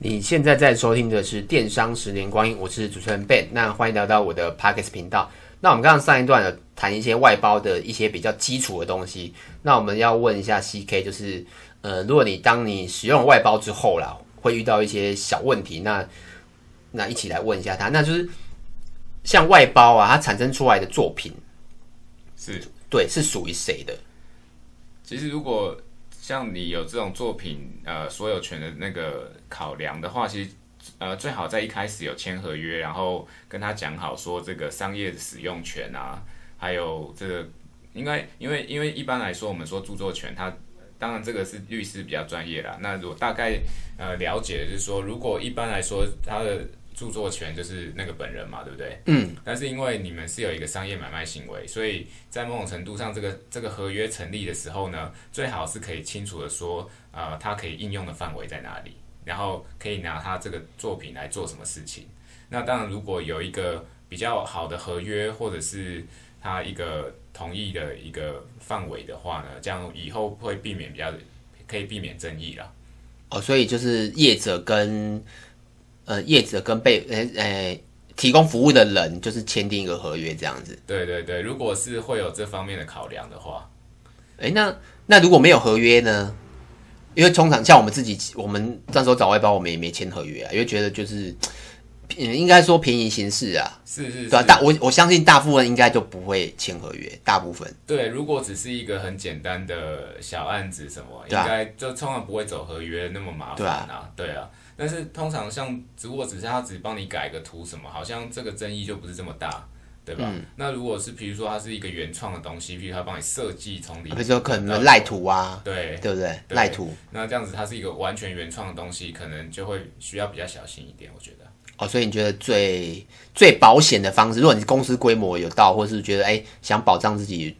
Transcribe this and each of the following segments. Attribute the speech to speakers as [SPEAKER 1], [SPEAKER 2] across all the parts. [SPEAKER 1] 你现在在收听的是《电商十年光阴》，我是主持人 Ben，那欢迎来到我的 Pockets 频道。那我们刚刚上一段有谈一些外包的一些比较基础的东西，那我们要问一下 CK，就是呃，如果你当你使用外包之后啦，会遇到一些小问题，那那一起来问一下他，那就是像外包啊，它产生出来的作品，
[SPEAKER 2] 是，
[SPEAKER 1] 对，是属于谁的？
[SPEAKER 2] 其实如果像你有这种作品呃所有权的那个考量的话，其实呃最好在一开始有签合约，然后跟他讲好说这个商业使用权啊，还有这个应该因为因为一般来说我们说著作权它。当然，这个是律师比较专业啦。那我大概呃了解，就是说，如果一般来说，他的著作权就是那个本人嘛，对不对？嗯。但是因为你们是有一个商业买卖行为，所以在某种程度上，这个这个合约成立的时候呢，最好是可以清楚的说，呃，它可以应用的范围在哪里，然后可以拿它这个作品来做什么事情。那当然，如果有一个比较好的合约，或者是它一个同意的一个范围的话呢，这样以后会避免比较可以避免争议啦。
[SPEAKER 1] 哦，所以就是业者跟呃业者跟被呃呃提供服务的人，就是签订一个合约这样子。
[SPEAKER 2] 对对对，如果是会有这方面的考量的话，
[SPEAKER 1] 诶，那那如果没有合约呢？因为通常像我们自己，我们那时候找外包，我们也没签合约啊，因为觉得就是，嗯，应该说便宜行事啊，
[SPEAKER 2] 是是
[SPEAKER 1] 对
[SPEAKER 2] 是，
[SPEAKER 1] 吧、大我我相信大部分应该就不会签合约，大部分
[SPEAKER 2] 对，如果只是一个很简单的小案子什么，应
[SPEAKER 1] 对啊
[SPEAKER 2] 该就通常不会走合约那么麻烦啊。对啊，但是通常像如果只是他只帮你改个图什么，好像这个争议就不是这么大，对吧？那如果是比如说它是一个原创的东西，比如他帮你设计从零，
[SPEAKER 1] 比如说可能赖图啊，
[SPEAKER 2] 对，
[SPEAKER 1] 对不对？
[SPEAKER 2] 对
[SPEAKER 1] 赖图
[SPEAKER 2] 那这样子它是一个完全原创的东西，可能就会需要比较小心一点，我觉得。
[SPEAKER 1] 哦，所以你觉得最最保险的方式，如果你公司规模有到，或是觉得哎想保障自己，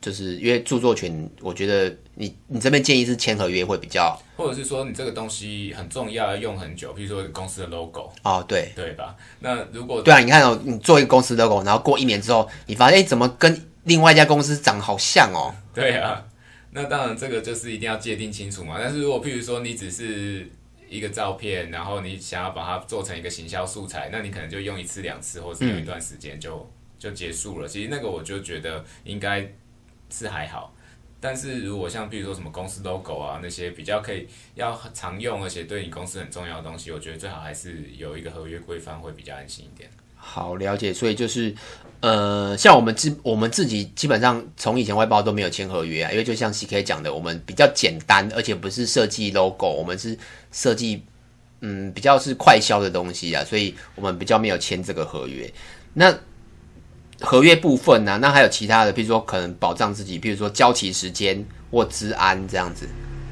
[SPEAKER 1] 就是因为著作权，我觉得你你这边建议是签合约会比较
[SPEAKER 2] 或者是说你这个东西很重要，要用很久，譬如说公司的 logo，
[SPEAKER 1] 哦，对
[SPEAKER 2] 对吧？那如果
[SPEAKER 1] 对啊，你看哦，你做一个公司 logo，然后过一年之后，你发现哎怎么跟另外一家公司长得好像哦，
[SPEAKER 2] 对啊，那当然这个就是一定要界定清楚嘛。但是如果譬如说你只是一个照片，然后你想要把它做成一个行销素材，那你可能就用一次两次，或者是用一段时间就、就结束了。其实那个我就觉得应该是还好。但是如果像譬如说什么公司 logo 啊那些比较可以要常用，而且对你公司很重要的东西，我觉得最好还是有一个合约规范会比较安心一点。
[SPEAKER 1] 好了解，所以就是，呃，像我们自我们自己基本上从以前外包都没有签合约啊，因为就像 CK 讲的，我们比较简单，而且不是设计 logo，我们是设计，嗯，比较是快销的东西啊，所以我们比较没有签这个合约。那合约部分啊呢、那还有其他的，比如说可能保障自己，比如说交期时间或治安这样子。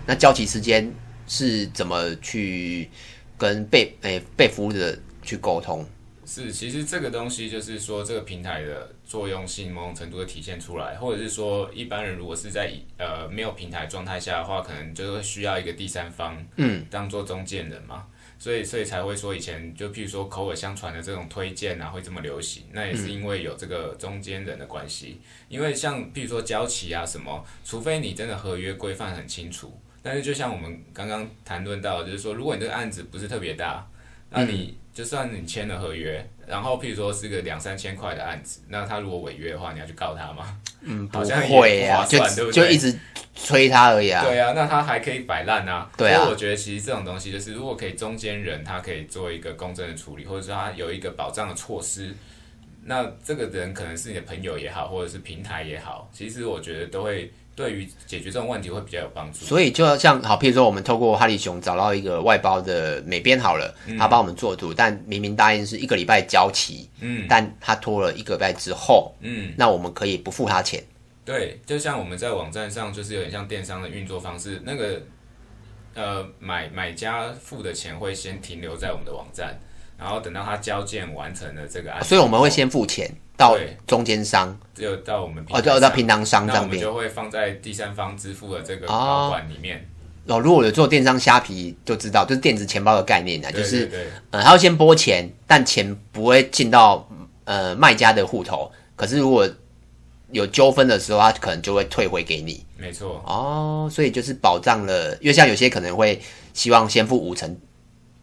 [SPEAKER 1] 那交期时间是怎么去跟被诶、被服务者去沟通？
[SPEAKER 2] 是，其实这个东西就是说，这个平台的作用性某种程度的体现出来，或者是说，一般人如果是在以呃没有平台状态下的话，可能就会需要一个第三方，嗯，当做中间人嘛。所以，所以才会说以前就譬如说口耳相传的这种推荐啊，会这么流行，那也是因为有这个中间人的关系。因为像譬如说交期啊什么，除非你真的合约规范很清楚，但是就像我们刚刚谈论到的，就是说，如果你这个案子不是特别大，那
[SPEAKER 1] 嗯
[SPEAKER 2] 你就算你签了合约，然后譬如说是个两三千块的案子，那他如果违约的话，你要去告他吗？嗯，好
[SPEAKER 1] 不
[SPEAKER 2] 像也
[SPEAKER 1] 会
[SPEAKER 2] 不
[SPEAKER 1] 啊，
[SPEAKER 2] 划
[SPEAKER 1] 就
[SPEAKER 2] 算对不对？
[SPEAKER 1] 就一直催他而已啊。
[SPEAKER 2] 对啊，那他还可以摆烂啊。
[SPEAKER 1] 对啊
[SPEAKER 2] 所以我觉得其实这种东西就是，如果可以中间人他可以做一个公正的处理，或者说他有一个保障的措施，那这个人可能是你的朋友也好，或者是平台也好，其实我觉得都会对于解决这种问题会比较有帮助。
[SPEAKER 1] 所以就像好，譬如说我们透过哈利熊找到一个外包的美编好了，他帮我们做图，但明明答应是一个礼拜交期，
[SPEAKER 2] 嗯
[SPEAKER 1] 但他拖了一个礼拜之后，
[SPEAKER 2] 嗯，
[SPEAKER 1] 那我们可以不付他钱。
[SPEAKER 2] 对，就像我们在网站上，就是有点像电商的运作方式，那个呃买买家付的钱会先停留在我们的网站，然后等到他交件完成了这个案子之
[SPEAKER 1] 啊
[SPEAKER 2] 后，
[SPEAKER 1] 所以我们会先付钱到
[SPEAKER 2] 啊对
[SPEAKER 1] 中间商，
[SPEAKER 2] 只有到我们平
[SPEAKER 1] 哦，
[SPEAKER 2] 台
[SPEAKER 1] 到
[SPEAKER 2] 上
[SPEAKER 1] 到平常商
[SPEAKER 2] 那我
[SPEAKER 1] 上
[SPEAKER 2] 们
[SPEAKER 1] 面。
[SPEAKER 2] 就会放在第三方支付的这个
[SPEAKER 1] 哦
[SPEAKER 2] 保管里面，
[SPEAKER 1] 哦，如果有做电商虾皮就知道，就是电子钱包的概念啊，
[SPEAKER 2] 对
[SPEAKER 1] 就
[SPEAKER 2] 对
[SPEAKER 1] 是
[SPEAKER 2] 对，
[SPEAKER 1] 呃，他要先拨钱，但钱不会进到呃卖家的户头。可是如果有纠纷的时候，他可能就会退回给你
[SPEAKER 2] 没错，
[SPEAKER 1] 哦。所以就是保障了，因为像有些可能会希望先付五成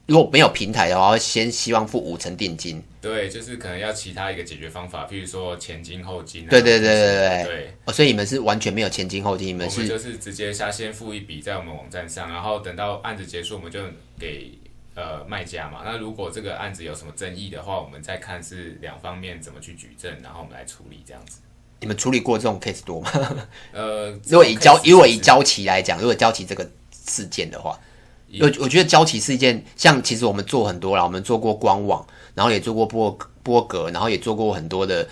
[SPEAKER 1] 如果没有平台的话，会先希望付五成定金。
[SPEAKER 2] 对，就是可能要其他一个解决方法，譬如说前金后金、啊。
[SPEAKER 1] 对对对对
[SPEAKER 2] 对
[SPEAKER 1] 对哦，所以你们是完全没有前金后金，你们
[SPEAKER 2] 我们
[SPEAKER 1] 是
[SPEAKER 2] 就是直接下先付一笔在我们网站上，然后等到案子结束，我们就给呃卖家嘛。那如果这个案子有什么争议的话，我们再看是两方面怎么去举证，然后我们来处理这样子。
[SPEAKER 1] 你们处理过这种 case 多吗？
[SPEAKER 2] 呃，
[SPEAKER 1] 如果以交
[SPEAKER 2] 这
[SPEAKER 1] 如
[SPEAKER 2] 种 case
[SPEAKER 1] 果以交期来讲，如果交期这个事件的话，
[SPEAKER 2] 以
[SPEAKER 1] 我我觉得交期是一件像其实我们做很多了，我们做过官网，然后也做过波波格，然后也做过很多的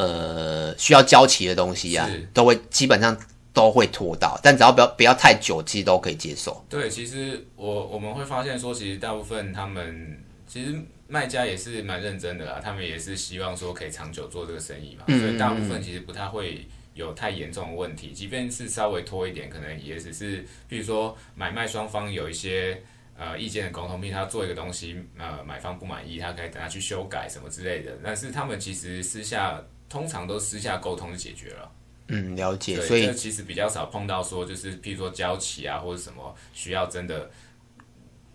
[SPEAKER 1] 呃需要交期的东西啊
[SPEAKER 2] 是，
[SPEAKER 1] 都会基本上都会拖到，但只要不要不要太久，其实都可以接受。
[SPEAKER 2] 对，其实我我们会发现说，其实大部分他们其实卖家也是蛮认真的啦，他们也是希望说可以长久做这个生意嘛，所以大部分其实不太会有太严重的问题，即便是稍微拖一点，可能也只是，譬如说买卖双方有一些。呃，意见的沟通，譬如他做一个东西，呃，买方不满意，他可以等他去修改什么之类的。但是他们其实私下通常都私下沟通就解决了。
[SPEAKER 1] 嗯，了解。
[SPEAKER 2] 对，
[SPEAKER 1] 所以
[SPEAKER 2] 这其实比较少碰到说，就是譬如说交期啊，或者什么需要真的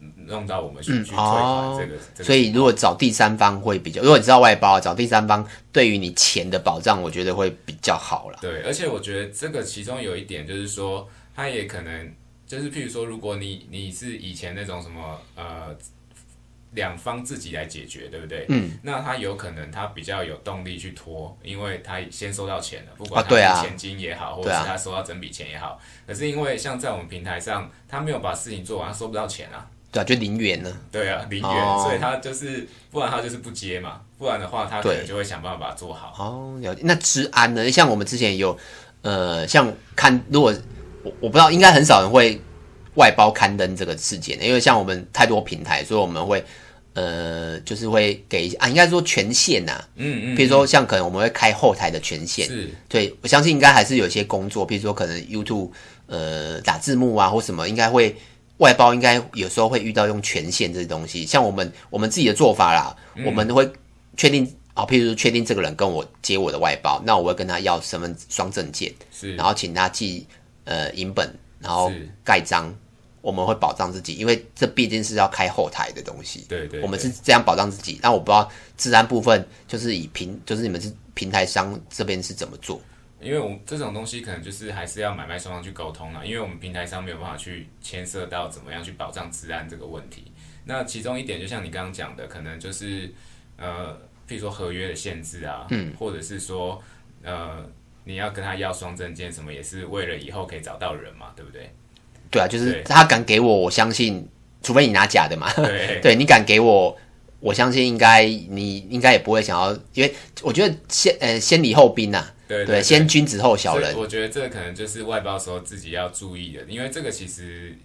[SPEAKER 2] 嗯弄到我们去、去退
[SPEAKER 1] 哦
[SPEAKER 2] 款这个。这个
[SPEAKER 1] 所以如果找第三方会比较，如果你知道外包，找第三方对于你钱的保障，我觉得会比较好啦。
[SPEAKER 2] 对，而且我觉得这个其中有一点就是说，他也可能就是譬如说，如果你你是以前那种什么呃。两方自己来解决，对不对？嗯，那他有可能他比较有动力去拖，因为他先收到钱了，不管
[SPEAKER 1] 啊对
[SPEAKER 2] 他
[SPEAKER 1] 啊
[SPEAKER 2] 是现金也好，或者
[SPEAKER 1] 对啊
[SPEAKER 2] 是他收到整笔钱也好。可是因为像在我们平台上，他没有把事情做完，他收不到钱啊。
[SPEAKER 1] 对啊，就零元呢。
[SPEAKER 2] 对啊，零元，
[SPEAKER 1] 哦
[SPEAKER 2] 所以他就是，不然他就是不接嘛，不然的话他可能
[SPEAKER 1] 对
[SPEAKER 2] 就会想办法把它做好。
[SPEAKER 1] 哦，了解。那治安呢？像我们之前也有，呃，像刊，如果我我不知道，应该很少人会外包刊登这个事件，因为像我们太多平台，所以我们会。呃，就是会给一些啊，应该说权限呐、啊
[SPEAKER 2] 嗯嗯，
[SPEAKER 1] 比如说像可能我们会开后台的权限，
[SPEAKER 2] 是
[SPEAKER 1] 对，我相信应该还是有一些工作，比如说可能 YouTube 呃打字幕啊或什么，应该会外包，应该有时候会遇到用权限这些东西。像我们我们自己的做法啦，
[SPEAKER 2] 嗯
[SPEAKER 1] 我们会确定啊、譬如说确定这个人跟我接我的外包，那我会跟他要身份双证件，
[SPEAKER 2] 是
[SPEAKER 1] 然后请他寄呃银本，然后
[SPEAKER 2] 是
[SPEAKER 1] 盖章。我们会保障自己，因为这毕竟是要开后台的东西。
[SPEAKER 2] 对对
[SPEAKER 1] 我们
[SPEAKER 2] 对
[SPEAKER 1] 是这样保障自己。但我不知道治安部分就是以平，就是你们是平台商这边是怎么做。
[SPEAKER 2] 因为我们这种东西可能就是还是要买卖双方去沟通啊了，因为我们平台上没有办法去牵涉到怎么样去保障治安这个问题。那其中一点，就像你刚刚讲的，可能就是呃，譬如说合约的限制啊，嗯，或者是说呃，你要跟他要双证件什么，也是为了以后可以找到人嘛，对不对？
[SPEAKER 1] 对啊，就是
[SPEAKER 2] 对
[SPEAKER 1] 他敢给我，我相信，除非你拿假的嘛。
[SPEAKER 2] 对
[SPEAKER 1] 对你敢给我，我相信应该你应该也不会想要，因为我觉得先呃先礼后兵呐、
[SPEAKER 2] 对
[SPEAKER 1] 对，先君子后小
[SPEAKER 2] 所以
[SPEAKER 1] 人，
[SPEAKER 2] 我觉得这可能就是外包的时候自己要注意的，因为这个其实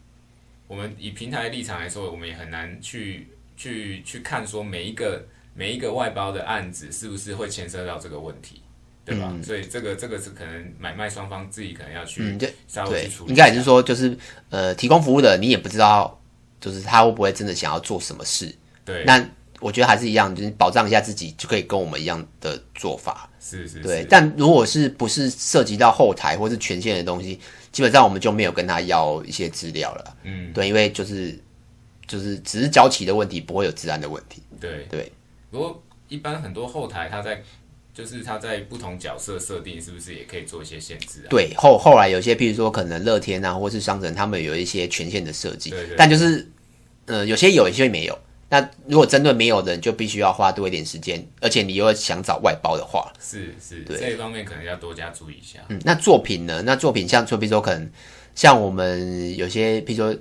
[SPEAKER 2] 我们以平台的立场来说，我们也很难去去去看说每一个每一个外包的案子是不是会牵涉到这个问题，对吧？所以这个这个是可能买卖双方自己可能要去
[SPEAKER 1] 嗯这
[SPEAKER 2] 稍微
[SPEAKER 1] 对
[SPEAKER 2] 去处，理一
[SPEAKER 1] 应
[SPEAKER 2] 下。
[SPEAKER 1] 该也是说就是呃提供服务的你也不知道，就是他会不会真的想要做什么事。
[SPEAKER 2] 对，
[SPEAKER 1] 那我觉得还是一样，就是保障一下自己，就可以跟我们一样的做法。
[SPEAKER 2] 是是
[SPEAKER 1] 对
[SPEAKER 2] 是，，
[SPEAKER 1] 但如果是不是涉及到后台或是权限的东西，基本上我们就没有跟他要一些资料了。
[SPEAKER 2] 嗯，
[SPEAKER 1] 对，因为就是就是只是交期的问题，不会有治安的问题。
[SPEAKER 2] 对
[SPEAKER 1] 对。
[SPEAKER 2] 不过一般很多后台他在就是他在不同角色设定是不是也可以做一些限制啊？
[SPEAKER 1] 对，后后来有些，譬如说可能乐天啊，或是商城，他们有一些权限的设计，
[SPEAKER 2] 对对
[SPEAKER 1] 但就是呃，有些有，有些没有。那如果针对没有的，你就必须要花多一点时间，而且你又要想找外包的话，
[SPEAKER 2] 是是，
[SPEAKER 1] 对
[SPEAKER 2] 这一方面可能要多加注意一下。
[SPEAKER 1] 嗯，那作品呢？那作品像，就比如说可能像我们有些，譬如说，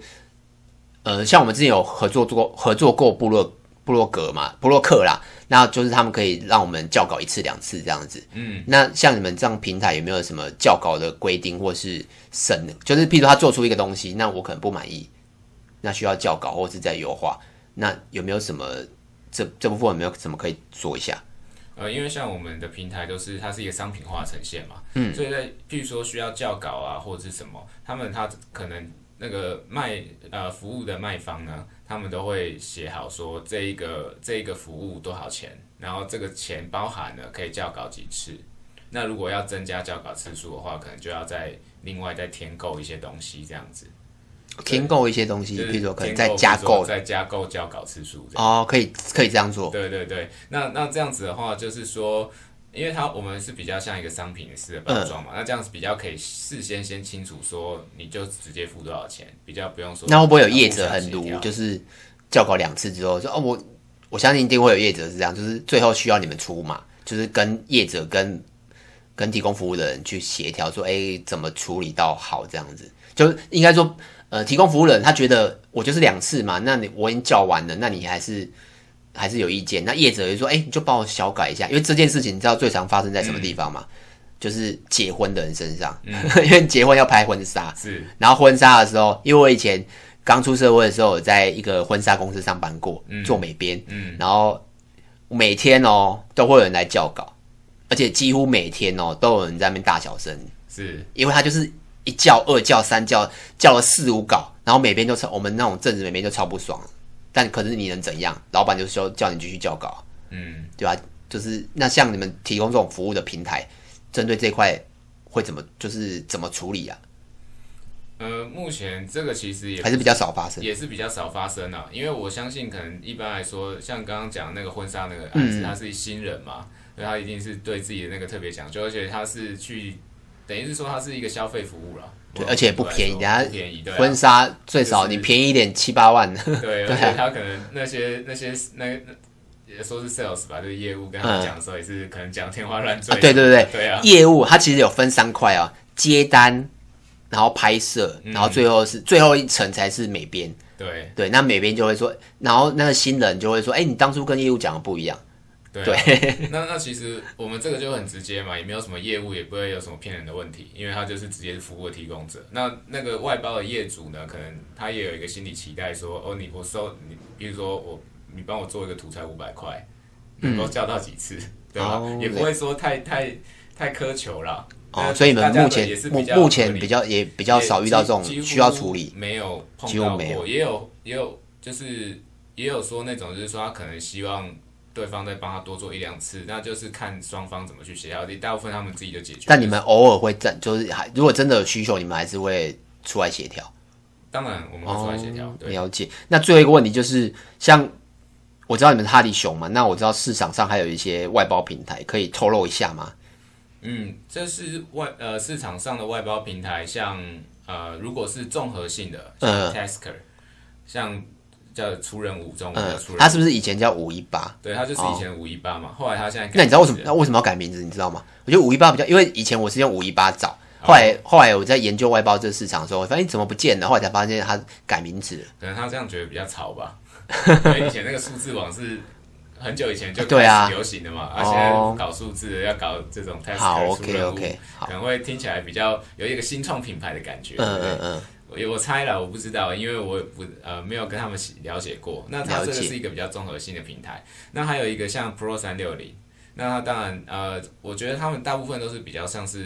[SPEAKER 1] 呃，像我们之前有合作过合作过部落部落格嘛，部落客啦，那就是他们可以让我们校稿一次两次这样子。嗯，那像你们这样平台有没有什么校稿的规定或是审？就是譬如他做出一个东西，那我可能不满意，那需要校稿或是再优化，那有没有什么这这部分有没有什么可以说一下？
[SPEAKER 2] 呃，因为像我们的平台都是它是一个商品化呈现嘛，嗯，所以在譬如说需要校稿啊或者是什么，他们他可能那个卖呃服务的卖方呢，他们都会写好说这一个这一个服务多少钱，然后这个钱包含了可以校稿几次。那如果要增加校稿次数的话，可能就要再另外再添购一些东西这样子。
[SPEAKER 1] 添购一些东西，
[SPEAKER 2] 就是
[SPEAKER 1] 譬如说可能
[SPEAKER 2] 添
[SPEAKER 1] 再
[SPEAKER 2] 购
[SPEAKER 1] 加
[SPEAKER 2] 比如说
[SPEAKER 1] 购
[SPEAKER 2] 再加购交稿次数这样。
[SPEAKER 1] 哦，可以可以这样做，
[SPEAKER 2] 对对对，那那这样子的话，就是说，因为它我们是比较像一个商品式的
[SPEAKER 1] 嗯
[SPEAKER 2] 包装嘛，那这样子比较可以事先先清楚说，你就直接付多少钱，比较不用说。
[SPEAKER 1] 那会不会有业者很
[SPEAKER 2] 互相协
[SPEAKER 1] 毒，
[SPEAKER 2] 调
[SPEAKER 1] 就是叫稿两次之后说哦，我我相信一定会有业者是这样，就是最后需要你们出嘛，就是跟业者跟跟提供服务的人去协调说，哎、怎么处理到好这样子，就是应该说，呃，提供服务人他觉得我就是两次嘛，那你我已经叫完了，那你还是。还是有意见，那业者就说：“哎、你就帮我小改一下，因为这件事情你知道最常发生在什么地方吗？就是结婚的人身上， 因为结婚要拍婚纱，
[SPEAKER 2] 是
[SPEAKER 1] 然后婚纱的时候，因为我以前刚出社会的时候，我在一个婚纱公司上班过，做美编，
[SPEAKER 2] 嗯
[SPEAKER 1] 然后每天哦都会有人来校稿，而且几乎每天哦都有人在那边大小声，
[SPEAKER 2] 是
[SPEAKER 1] 因为他就是一叫、二叫、三叫，叫了四五稿，然后美编就超，我们那种正职美编就超不爽，但可是你能怎样？老板就说叫你继续校稿，
[SPEAKER 2] 嗯
[SPEAKER 1] 对吧、就是那像你们提供这种服务的平台，针对这块会怎么就是怎么处理啊？
[SPEAKER 2] 呃，目前这个其实也
[SPEAKER 1] 还是比较少发生。
[SPEAKER 2] 也是比较少发生啊，因为我相信可能一般来说，像刚刚讲那个婚纱那个
[SPEAKER 1] 嗯
[SPEAKER 2] 案子，他是新人嘛，所以他一定是对自己的那个特别讲究，而且他是去等于是说他是一个消费服务了，
[SPEAKER 1] 对，
[SPEAKER 2] 我
[SPEAKER 1] 而且不便宜，
[SPEAKER 2] 对
[SPEAKER 1] 人
[SPEAKER 2] 来说
[SPEAKER 1] 家
[SPEAKER 2] 不便宜，对啊、
[SPEAKER 1] 婚纱最少
[SPEAKER 2] 就是
[SPEAKER 1] 你便宜一点七八万，
[SPEAKER 2] 对，
[SPEAKER 1] 对
[SPEAKER 2] 而
[SPEAKER 1] 啊
[SPEAKER 2] 且他可能那些那些那那也说是 sales 吧，就是业务跟他讲的时候也是可能讲天花乱坠、
[SPEAKER 1] 啊对对对
[SPEAKER 2] 对啊，
[SPEAKER 1] 业务它其实有分三块啊，接单，然后拍摄，
[SPEAKER 2] 嗯
[SPEAKER 1] 然后最后是、最后一层才是美编。
[SPEAKER 2] 对
[SPEAKER 1] 对，那美编就会说，然后那个新人就会说，哎、你当初跟业务讲的不一样。
[SPEAKER 2] 对啊
[SPEAKER 1] 对，
[SPEAKER 2] 那那其实我们这个就很直接嘛，也没有什么业务，也不会有什么骗人的问题，因为他就是直接是服务的提供者。那那个外包的业主呢，可能他也有一个心理期待说，哦，你我收你，比如说我你帮我做一个图才五百块，能够叫到几次，对吧？
[SPEAKER 1] 哦
[SPEAKER 2] 也不会说太太太苛求啦。
[SPEAKER 1] 哦，
[SPEAKER 2] 那
[SPEAKER 1] 所以你
[SPEAKER 2] 啊大
[SPEAKER 1] 们
[SPEAKER 2] 家
[SPEAKER 1] 目
[SPEAKER 2] 的也
[SPEAKER 1] 前
[SPEAKER 2] 是
[SPEAKER 1] 目
[SPEAKER 2] 比较
[SPEAKER 1] 目
[SPEAKER 2] 合
[SPEAKER 1] 前
[SPEAKER 2] 理
[SPEAKER 1] 比较也比较少遇到这种
[SPEAKER 2] 也几乎
[SPEAKER 1] 需要处理，
[SPEAKER 2] 没有碰
[SPEAKER 1] 几
[SPEAKER 2] 到
[SPEAKER 1] 乎没有
[SPEAKER 2] 过，也有也有就是也有说那种就是说他可能希望对方再帮他多做一两次，那就是看双方怎么去协调，大部分他们自己就解决。
[SPEAKER 1] 但你们偶尔会站，就是还如果真的有需求，你们还是会出来协调。
[SPEAKER 2] 当然我们会出来协调，
[SPEAKER 1] 哦
[SPEAKER 2] 对，
[SPEAKER 1] 了解。那最后一个问题就是，像我知道你们哈迪熊嘛，那我知道市场上还有一些外包平台，可以透露一下吗？
[SPEAKER 2] 嗯，这是外呃市场上的外包平台，像呃如果是综合性的，像
[SPEAKER 1] 嗯
[SPEAKER 2] Tasker，、像叫出人五中，我们
[SPEAKER 1] 嗯
[SPEAKER 2] 叫出，人
[SPEAKER 1] 它
[SPEAKER 2] 五，
[SPEAKER 1] 是不是以前叫五一八？
[SPEAKER 2] 对，他就是以前五一八嘛，后来他现在改
[SPEAKER 1] 那你知道为什
[SPEAKER 2] 名
[SPEAKER 1] 么
[SPEAKER 2] 字了
[SPEAKER 1] 那为什么要改名字？你知道吗？我觉得五一八比较，因为以前我是用五一八找，后来
[SPEAKER 2] 哦
[SPEAKER 1] 后来我在研究外包这个市场的时候，我发现诶哎怎么不见了，后来才发现它改名字了。
[SPEAKER 2] 可能他这样觉得比较潮吧， 因为以前那个数字网是很久以前就
[SPEAKER 1] 对
[SPEAKER 2] 开
[SPEAKER 1] 啊
[SPEAKER 2] 始流行的嘛，
[SPEAKER 1] 哦
[SPEAKER 2] 而且、现在搞数字的要搞这种 test
[SPEAKER 1] 好
[SPEAKER 2] 出任务
[SPEAKER 1] ，OK，OK，好
[SPEAKER 2] 可能会听起来比较有一个新创品牌的感觉。
[SPEAKER 1] 嗯
[SPEAKER 2] 对
[SPEAKER 1] 嗯嗯，
[SPEAKER 2] 不对我我猜了，我不知道，因为我不呃没有跟他们了解过。那它
[SPEAKER 1] 了
[SPEAKER 2] 这
[SPEAKER 1] 解
[SPEAKER 2] 个是一个比较综合性的平台，那还有一个像 Pro 三六零。那它当然，呃，我觉得他们大部分都是比较像是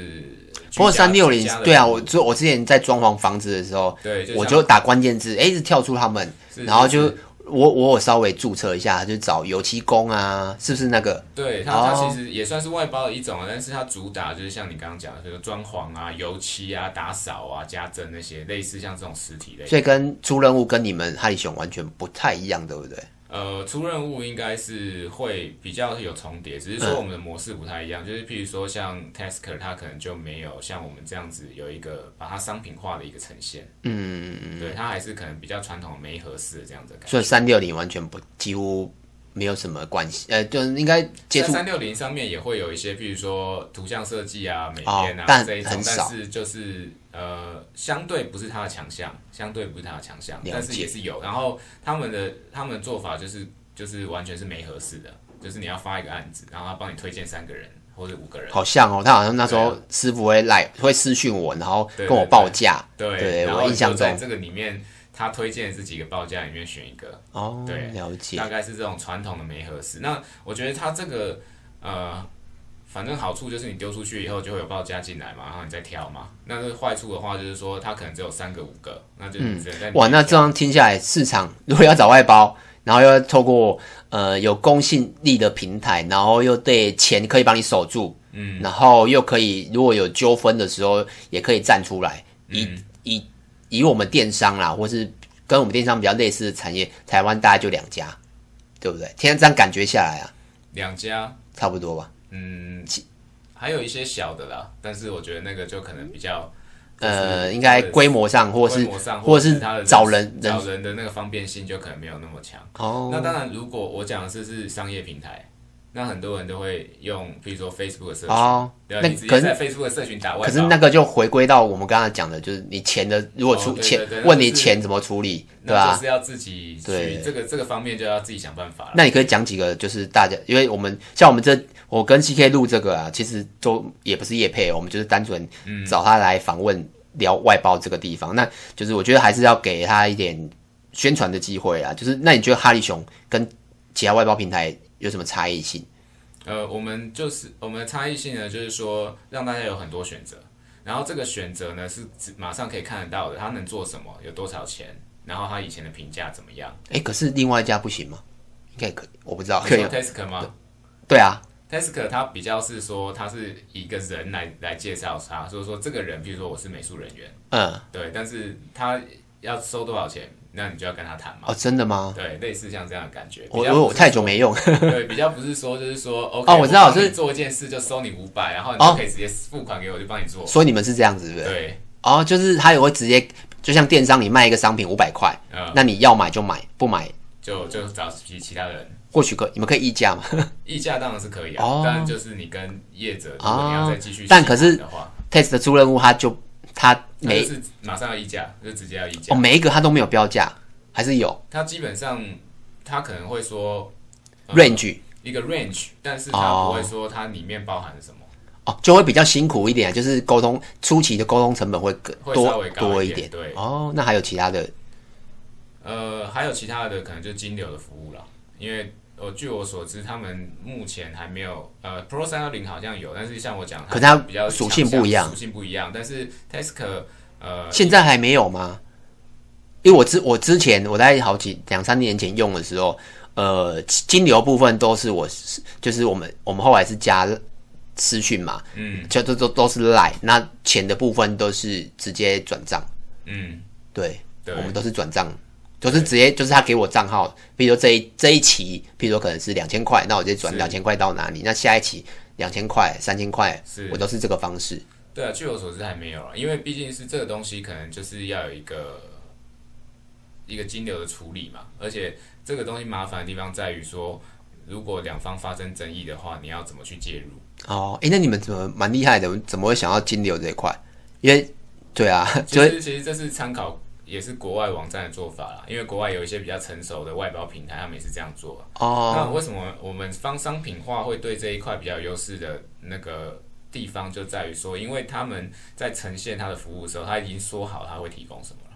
[SPEAKER 2] 居
[SPEAKER 1] 不过
[SPEAKER 2] 家
[SPEAKER 1] 三六零
[SPEAKER 2] 居家的
[SPEAKER 1] 对啊，
[SPEAKER 2] 服务
[SPEAKER 1] 我就我之前在装潢房子的时候，
[SPEAKER 2] 对，就
[SPEAKER 1] 我
[SPEAKER 2] 像
[SPEAKER 1] 就打关键字，哎、一直跳出他们，
[SPEAKER 2] 是
[SPEAKER 1] 然后
[SPEAKER 2] 是
[SPEAKER 1] 就我我有稍微注册一下，就找油漆工啊，是不是那个？
[SPEAKER 2] 对它，它
[SPEAKER 1] 哦
[SPEAKER 2] 其实也算是外包的一种啊，但是它主打就是像你刚刚讲的，比如装潢啊、油漆啊、打扫啊、家政那些，类似像这种实体类。
[SPEAKER 1] 所以跟出任务跟你们哈利熊完全不太一样，对不对？
[SPEAKER 2] 呃，出任务应该是会比较有重叠，只是说我们的模式不太一样。就是譬如说像 Tasker，它可能就没有像我们这样子有一个把它商品化的一个呈现。嗯，对，它还是可能比较传统梅合式的这样子的感觉。
[SPEAKER 1] 所以三六零完全不几乎没有什么关系，呃，就是应该接触
[SPEAKER 2] 三六零上面也会有一些，譬如说图像设计啊、美编啊、
[SPEAKER 1] 哦但
[SPEAKER 2] 这一种
[SPEAKER 1] 很，少
[SPEAKER 2] 但是就是呃，相对不是它的强项，相对不是它的强项
[SPEAKER 1] 了解，
[SPEAKER 2] 但是也是有。然后他们的他们的做法就是就是完全是没合适的，就是你要发一个案子，然后他帮你推荐三个人或者五个人，
[SPEAKER 1] 好像哦，他好像那时候
[SPEAKER 2] 对啊
[SPEAKER 1] 师傅会来会私讯我，然后
[SPEAKER 2] 对
[SPEAKER 1] 跟我
[SPEAKER 2] 对
[SPEAKER 1] 报价，
[SPEAKER 2] 对，
[SPEAKER 1] 对
[SPEAKER 2] 然
[SPEAKER 1] 我
[SPEAKER 2] 后
[SPEAKER 1] 印
[SPEAKER 2] 你
[SPEAKER 1] 象
[SPEAKER 2] 就在
[SPEAKER 1] 中
[SPEAKER 2] 这个里面，他推荐的这几个报价里面选一个，
[SPEAKER 1] 哦
[SPEAKER 2] 对，
[SPEAKER 1] 了解
[SPEAKER 2] 大，概是这种传统的媒合式。那我觉得它这个呃，反正好处就是你丢出去以后就会有报价进来嘛，然后你再挑嘛。那这个坏处的话就是说它可能只有三个五个，那就只能在里面
[SPEAKER 1] 嗯哇，那这
[SPEAKER 2] 挑
[SPEAKER 1] 样听下来，市场 如果要找外包，然后又要透过呃有公信力的平台，然后又对钱可以帮你守住，嗯，嗯然后又可以如果有纠纷的时候也可以站出来，以、以以我们电商啦，或是跟我们电商比较类似的产业，台湾大概就两家，对不对？现在这样感觉下来啊，
[SPEAKER 2] 两家，
[SPEAKER 1] 差不多吧。
[SPEAKER 2] 嗯，还有一些小的啦，但是我觉得那个就可能比较，
[SPEAKER 1] 呃，应该规模上，或
[SPEAKER 2] 规
[SPEAKER 1] 是
[SPEAKER 2] 模上
[SPEAKER 1] 或
[SPEAKER 2] 或
[SPEAKER 1] 是
[SPEAKER 2] 它的
[SPEAKER 1] 找人人
[SPEAKER 2] 找人的那个方便性就可能没有那么强。
[SPEAKER 1] 哦，
[SPEAKER 2] 那当然，如果我讲的是是商业平台，那很多人都会用，比如说 Facebook 的社群，
[SPEAKER 1] 哦
[SPEAKER 2] 对啊，
[SPEAKER 1] 那
[SPEAKER 2] 你直
[SPEAKER 1] 可
[SPEAKER 2] 接
[SPEAKER 1] 是
[SPEAKER 2] 在 Facebook 的啊社群打外
[SPEAKER 1] 可是
[SPEAKER 2] 包
[SPEAKER 1] 那个就回归到我们刚才讲的，就是你钱的，如果
[SPEAKER 2] 哦
[SPEAKER 1] 出
[SPEAKER 2] 对
[SPEAKER 1] 钱
[SPEAKER 2] 对对那
[SPEAKER 1] 问
[SPEAKER 2] 就
[SPEAKER 1] 你
[SPEAKER 2] 是
[SPEAKER 1] 钱怎么处理，对
[SPEAKER 2] 那
[SPEAKER 1] 吧
[SPEAKER 2] 就？是要自己
[SPEAKER 1] 对
[SPEAKER 2] 去这个这个方面就要自己想办法了。
[SPEAKER 1] 那你可以讲几个，就是大家，因为我们像我们这，我跟 CK 录这个啊，其实都也不是业配，我们就是单纯找他来访问聊外包这个地方。那就是我觉得还是要给他一点宣传的机会啊。就是那你觉得哈利熊跟其他外包平台有什么差异性？
[SPEAKER 2] 呃，我们就是我们的差异性呢，就是说让大家有很多选择，然后这个选择呢是指马上可以看得到的，他能做什么，有多少钱，然后他以前的评价怎么样。
[SPEAKER 1] 哎，可是另外一家不行吗？应该可以，我不知道，
[SPEAKER 2] 你
[SPEAKER 1] 啊可以
[SPEAKER 2] 说
[SPEAKER 1] 吗
[SPEAKER 2] Task 吗
[SPEAKER 1] 对啊，
[SPEAKER 2] ？Task 他比较是说他是以一个人来来介绍他，所以说这个人，比如说我是美术人员，
[SPEAKER 1] 嗯，
[SPEAKER 2] 对，但是他要收多少钱，那你就要跟他谈嘛。
[SPEAKER 1] 哦，真的吗？
[SPEAKER 2] 对，类似像这样的感觉。
[SPEAKER 1] 我
[SPEAKER 2] 比较
[SPEAKER 1] 我
[SPEAKER 2] 不
[SPEAKER 1] 我
[SPEAKER 2] 是
[SPEAKER 1] 太
[SPEAKER 2] 说
[SPEAKER 1] 久没用，
[SPEAKER 2] 对，比较不是说就是说，OK，
[SPEAKER 1] 哦我知道
[SPEAKER 2] 帮你
[SPEAKER 1] 是
[SPEAKER 2] 做一件事就收你五百，然后你
[SPEAKER 1] 哦
[SPEAKER 2] 就可以直接付款给我，就帮你做。
[SPEAKER 1] 所以你们是这样子，对不对？
[SPEAKER 2] 对，
[SPEAKER 1] 哦，就是他也会直接，就像电商你卖一个商品五百块，
[SPEAKER 2] 嗯，
[SPEAKER 1] 那你要买就买，不买
[SPEAKER 2] 就就找其其他人。
[SPEAKER 1] 或许可你们可以议价嘛。
[SPEAKER 2] 溢价当然是可以
[SPEAKER 1] 哦
[SPEAKER 2] 啊，当然就是你跟业者，如果你要再继
[SPEAKER 1] 哦
[SPEAKER 2] 续细
[SPEAKER 1] 但可是
[SPEAKER 2] 谈的话，
[SPEAKER 1] test 出任务他就他
[SPEAKER 2] 那
[SPEAKER 1] 每
[SPEAKER 2] 就是马上要溢价，就直接要溢
[SPEAKER 1] 哦
[SPEAKER 2] 价。
[SPEAKER 1] 每一个他都没有标价，还是有
[SPEAKER 2] 他基本上他可能会说呃
[SPEAKER 1] range
[SPEAKER 2] 一个 range，但是他
[SPEAKER 1] 哦
[SPEAKER 2] 不会说它里面包含什么。
[SPEAKER 1] 哦，就会比较辛苦一点，就是沟通初期的沟通成本会更
[SPEAKER 2] 会稍
[SPEAKER 1] 多
[SPEAKER 2] 微高
[SPEAKER 1] 多
[SPEAKER 2] 一
[SPEAKER 1] 点
[SPEAKER 2] 点。对
[SPEAKER 1] 哦，那还有其他的
[SPEAKER 2] 呃，还有其他的可能就金流的服务啦，因为我据我所知，他们目前还没有呃，Pro 三幺零好像有，但是像我讲，
[SPEAKER 1] 可是它
[SPEAKER 2] 比较
[SPEAKER 1] 属
[SPEAKER 2] 强
[SPEAKER 1] 性不一样
[SPEAKER 2] 属性不一样。但是 Task 呃，
[SPEAKER 1] 现在还没有吗？因为我之我之前我在好几两三年前用的时候，呃，金流部分都是我就是我们我们后来是加私讯嘛，
[SPEAKER 2] 嗯
[SPEAKER 1] 就都都都是 line，那钱的部分都是直接转账，
[SPEAKER 2] 嗯，
[SPEAKER 1] 对，
[SPEAKER 2] 对
[SPEAKER 1] 我们都是转账，就是直接就是他给我账号，比如说这一这一期，比如说可能是两千块，那我直接转
[SPEAKER 2] 是
[SPEAKER 1] 两千块到哪里，那下一期两千块、三千块
[SPEAKER 2] 是，
[SPEAKER 1] 我都是这个方式。
[SPEAKER 2] 对啊，据我所知还没有啊，因为毕竟是这个东西，可能就是要有一个一个金流的处理嘛，而且这个东西麻烦的地方在于说，如果两方发生争议的话，你要怎么去介入？
[SPEAKER 1] 哦，诶，那你们怎么蛮厉害的？怎么会想到金流这一块？因为对啊，
[SPEAKER 2] 其
[SPEAKER 1] 就是
[SPEAKER 2] 实其实这是参考，也是国外网站的做法啦，因为国外有一些比较成熟的外包平台，他们也是这样做。
[SPEAKER 1] 哦，
[SPEAKER 2] 那为什么我们方商品化会对这一块比较有优势的那个地方，就在于说，因为他们在呈现他的服务的时候，他已经说好他会提供什么了。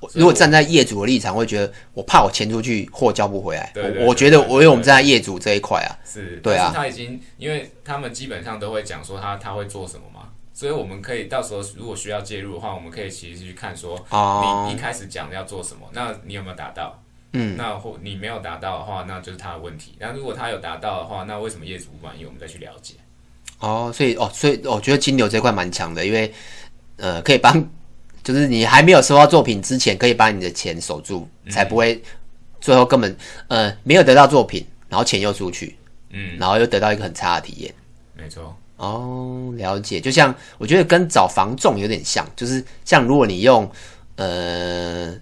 [SPEAKER 1] 我如果站在业主的立场，会觉得我怕我钱出去货交不回来。
[SPEAKER 2] 对对
[SPEAKER 1] 我我
[SPEAKER 2] 对
[SPEAKER 1] 觉得
[SPEAKER 2] 对
[SPEAKER 1] 我因为我们
[SPEAKER 2] 对
[SPEAKER 1] 站在业主这一块啊，
[SPEAKER 2] 是，
[SPEAKER 1] 对啊
[SPEAKER 2] 但是他已经，因为他们基本上都会讲说他他会做什么嘛，所以我们可以到时候如果需要介入的话，我们可以其实去看说，
[SPEAKER 1] 哦
[SPEAKER 2] 你一开始讲要做什么，那你有没有达到？
[SPEAKER 1] 嗯，
[SPEAKER 2] 那或你没有达到的话，那就是他的问题。那如果他有达到的话，那为什么业主不满意？我们再去了解。
[SPEAKER 1] 哦，所以哦，所以我觉得金牛这块蛮强的，因为呃，可以帮，就是你还没有收到作品之前，可以把你的钱守住，才不
[SPEAKER 2] 嗯
[SPEAKER 1] 会最后根本呃没有得到作品，然后钱又出去，
[SPEAKER 2] 嗯，
[SPEAKER 1] 然后又得到一个很差的体验。
[SPEAKER 2] 没错，
[SPEAKER 1] 哦，了解。就像我觉得跟找房仲有点像，就是像如果你用呃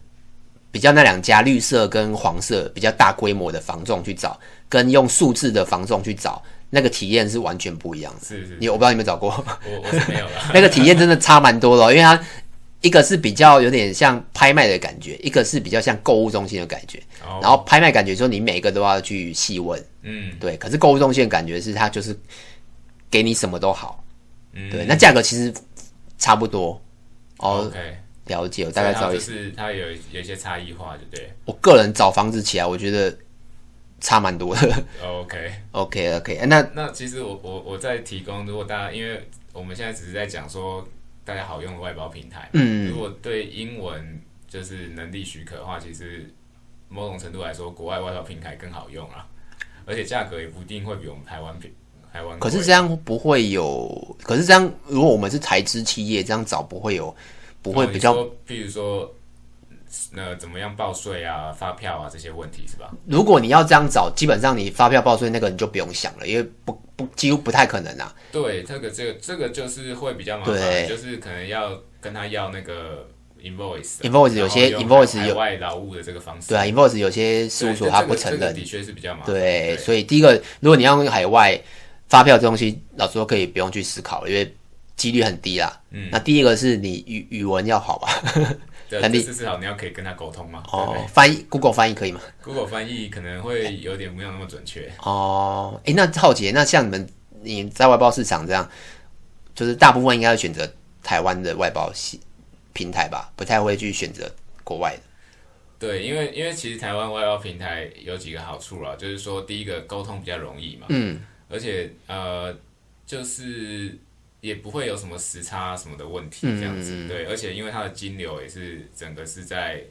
[SPEAKER 1] 比较那两家绿色跟黄色比较大规模的房仲去找，跟用数字的房仲去找，那个体验是完全不一样的。
[SPEAKER 2] 是是，
[SPEAKER 1] 你我不知道你有没有找过。
[SPEAKER 2] 我我是没有了。
[SPEAKER 1] 那个体验真的差蛮多的哦、因为它一个是比较有点像拍卖的感觉，一个是比较像购物中心的感觉。
[SPEAKER 2] 然后
[SPEAKER 1] 然后拍卖感觉说你每一个都要去细问，
[SPEAKER 2] 嗯
[SPEAKER 1] 对。可是购物中心的感觉是它就是给你什么都好，
[SPEAKER 2] 嗯，
[SPEAKER 1] 对。那价格其实差不多。哦，
[SPEAKER 2] ，OK，
[SPEAKER 1] 了解，我大概知
[SPEAKER 2] 所
[SPEAKER 1] 道
[SPEAKER 2] 以它啊
[SPEAKER 1] 意
[SPEAKER 2] 就
[SPEAKER 1] 思。
[SPEAKER 2] 是它有有一些差异化，对不对
[SPEAKER 1] 我个人找房子起来，我觉得差蛮多的。
[SPEAKER 2] ？OK，
[SPEAKER 1] OK OK，那
[SPEAKER 2] 那其实我我我在提供，如果大家因为我们现在只是在讲说大家好用的外包平台，
[SPEAKER 1] 嗯
[SPEAKER 2] 如果对英文就是能力许可的话，其实某种程度来说，国外外包平台更好用啊，而且价格也不一定会比我们台湾平台湾贵。
[SPEAKER 1] 可是这样不会有，可是这样如果我们是台资企业，这样找不会有不会比较
[SPEAKER 2] 哦你说譬如说，那怎么样报税啊、发票啊这些问题是吧？
[SPEAKER 1] 如果你要这样找，基本上你发票报税那个你就不用想了，因为不不几乎不太可能啊。
[SPEAKER 2] 对，这个这个这个就是会比较麻
[SPEAKER 1] 对
[SPEAKER 2] 烦，就是可能要跟他要那个 invoice 啊。
[SPEAKER 1] Invoice 有些
[SPEAKER 2] 然后用
[SPEAKER 1] invoice
[SPEAKER 2] 海
[SPEAKER 1] 有
[SPEAKER 2] 外劳务的这个方式。
[SPEAKER 1] 对啊，invoice 有些事务所
[SPEAKER 2] 对
[SPEAKER 1] 他
[SPEAKER 2] 这个
[SPEAKER 1] 不承
[SPEAKER 2] 这个
[SPEAKER 1] 认，
[SPEAKER 2] 的确是比较麻烦。
[SPEAKER 1] 对，所以第一个，如果你要用海外发票这东西，老实说可以不用去思考，因为几率很低啦。嗯，那第一个是你语语文要好吧？啊
[SPEAKER 2] 对，
[SPEAKER 1] 很
[SPEAKER 2] 这
[SPEAKER 1] 厉
[SPEAKER 2] 次至少你要可以跟他沟通嘛。对不
[SPEAKER 1] 哦
[SPEAKER 2] 对，
[SPEAKER 1] 翻译 Google 翻译可以吗？
[SPEAKER 2] Google 翻译可能会有点没有那么准确。
[SPEAKER 1] 哦，诶，那浩杰，那像你们你在外包市场这样，就是大部分应该会选择台湾的外包系平台吧，不太会去选择国外的。
[SPEAKER 2] 对，因为因为其实台湾外包平台有几个好处啦，就是说第一个沟通比较容易嘛，嗯，而且呃就是也不会有什么时差什么的问
[SPEAKER 1] 嗯
[SPEAKER 2] 题这样子，对，而且因为它的金流也是整个是在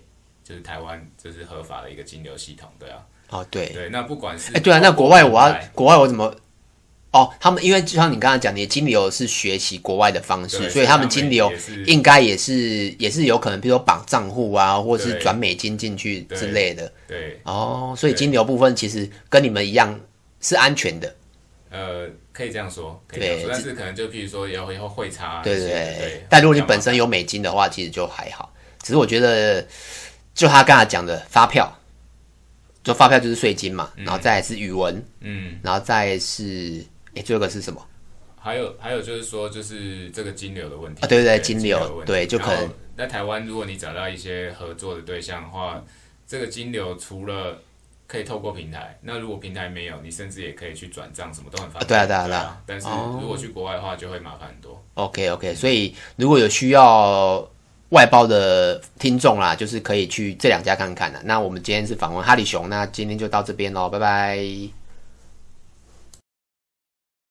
[SPEAKER 2] 就是台湾就是合法的一个金流系统，对啊，
[SPEAKER 1] 哦，对，
[SPEAKER 2] 对，那不管是
[SPEAKER 1] 哎、对啊，那国外我要
[SPEAKER 2] 平台
[SPEAKER 1] 国外我怎么？哦，他们因为就像你刚才讲，你的金流是学习国外的方式，
[SPEAKER 2] 对
[SPEAKER 1] 所以他们金流
[SPEAKER 2] 也是
[SPEAKER 1] 应该也是也是有可能，比如说绑账户啊，或是
[SPEAKER 2] 对
[SPEAKER 1] 转美金进去之类的。
[SPEAKER 2] 对
[SPEAKER 1] 哦，所以金流部分其实跟你们一样是安全的。
[SPEAKER 2] 呃可以这样说，可以这样说，
[SPEAKER 1] 对
[SPEAKER 2] 但是可能就譬如说也会会汇差这
[SPEAKER 1] 对
[SPEAKER 2] 些，
[SPEAKER 1] 对
[SPEAKER 2] 对
[SPEAKER 1] 对。但如果你
[SPEAKER 2] 比较麻
[SPEAKER 1] 本身有美金的话，其实就还好。只是我觉得，就他刚才讲的发票，就发票就是税金嘛，然后再来是语文，
[SPEAKER 2] 嗯。
[SPEAKER 1] 然后再来是哎、最后一个是什么？
[SPEAKER 2] 还有还有就是说，就是这个金流的问题
[SPEAKER 1] 啊对对对金
[SPEAKER 2] 金
[SPEAKER 1] 流
[SPEAKER 2] 的问题
[SPEAKER 1] 对就可能
[SPEAKER 2] 然后在台湾，如果你找到一些合作的对象的话，这个金流除了可以透过平台，那如果平台没有，你甚至也可以去转账，什么都很方
[SPEAKER 1] 啊
[SPEAKER 2] 便。
[SPEAKER 1] 对啊对啊
[SPEAKER 2] 对
[SPEAKER 1] 对啊
[SPEAKER 2] 但是
[SPEAKER 1] 哦
[SPEAKER 2] 如果去国外的话，就会麻烦很多。
[SPEAKER 1] OK OK，所以如果有需要外包的听众啦，就是可以去这两家看看的、那我们今天是访问哈里熊，那今天就到这边喽，拜拜。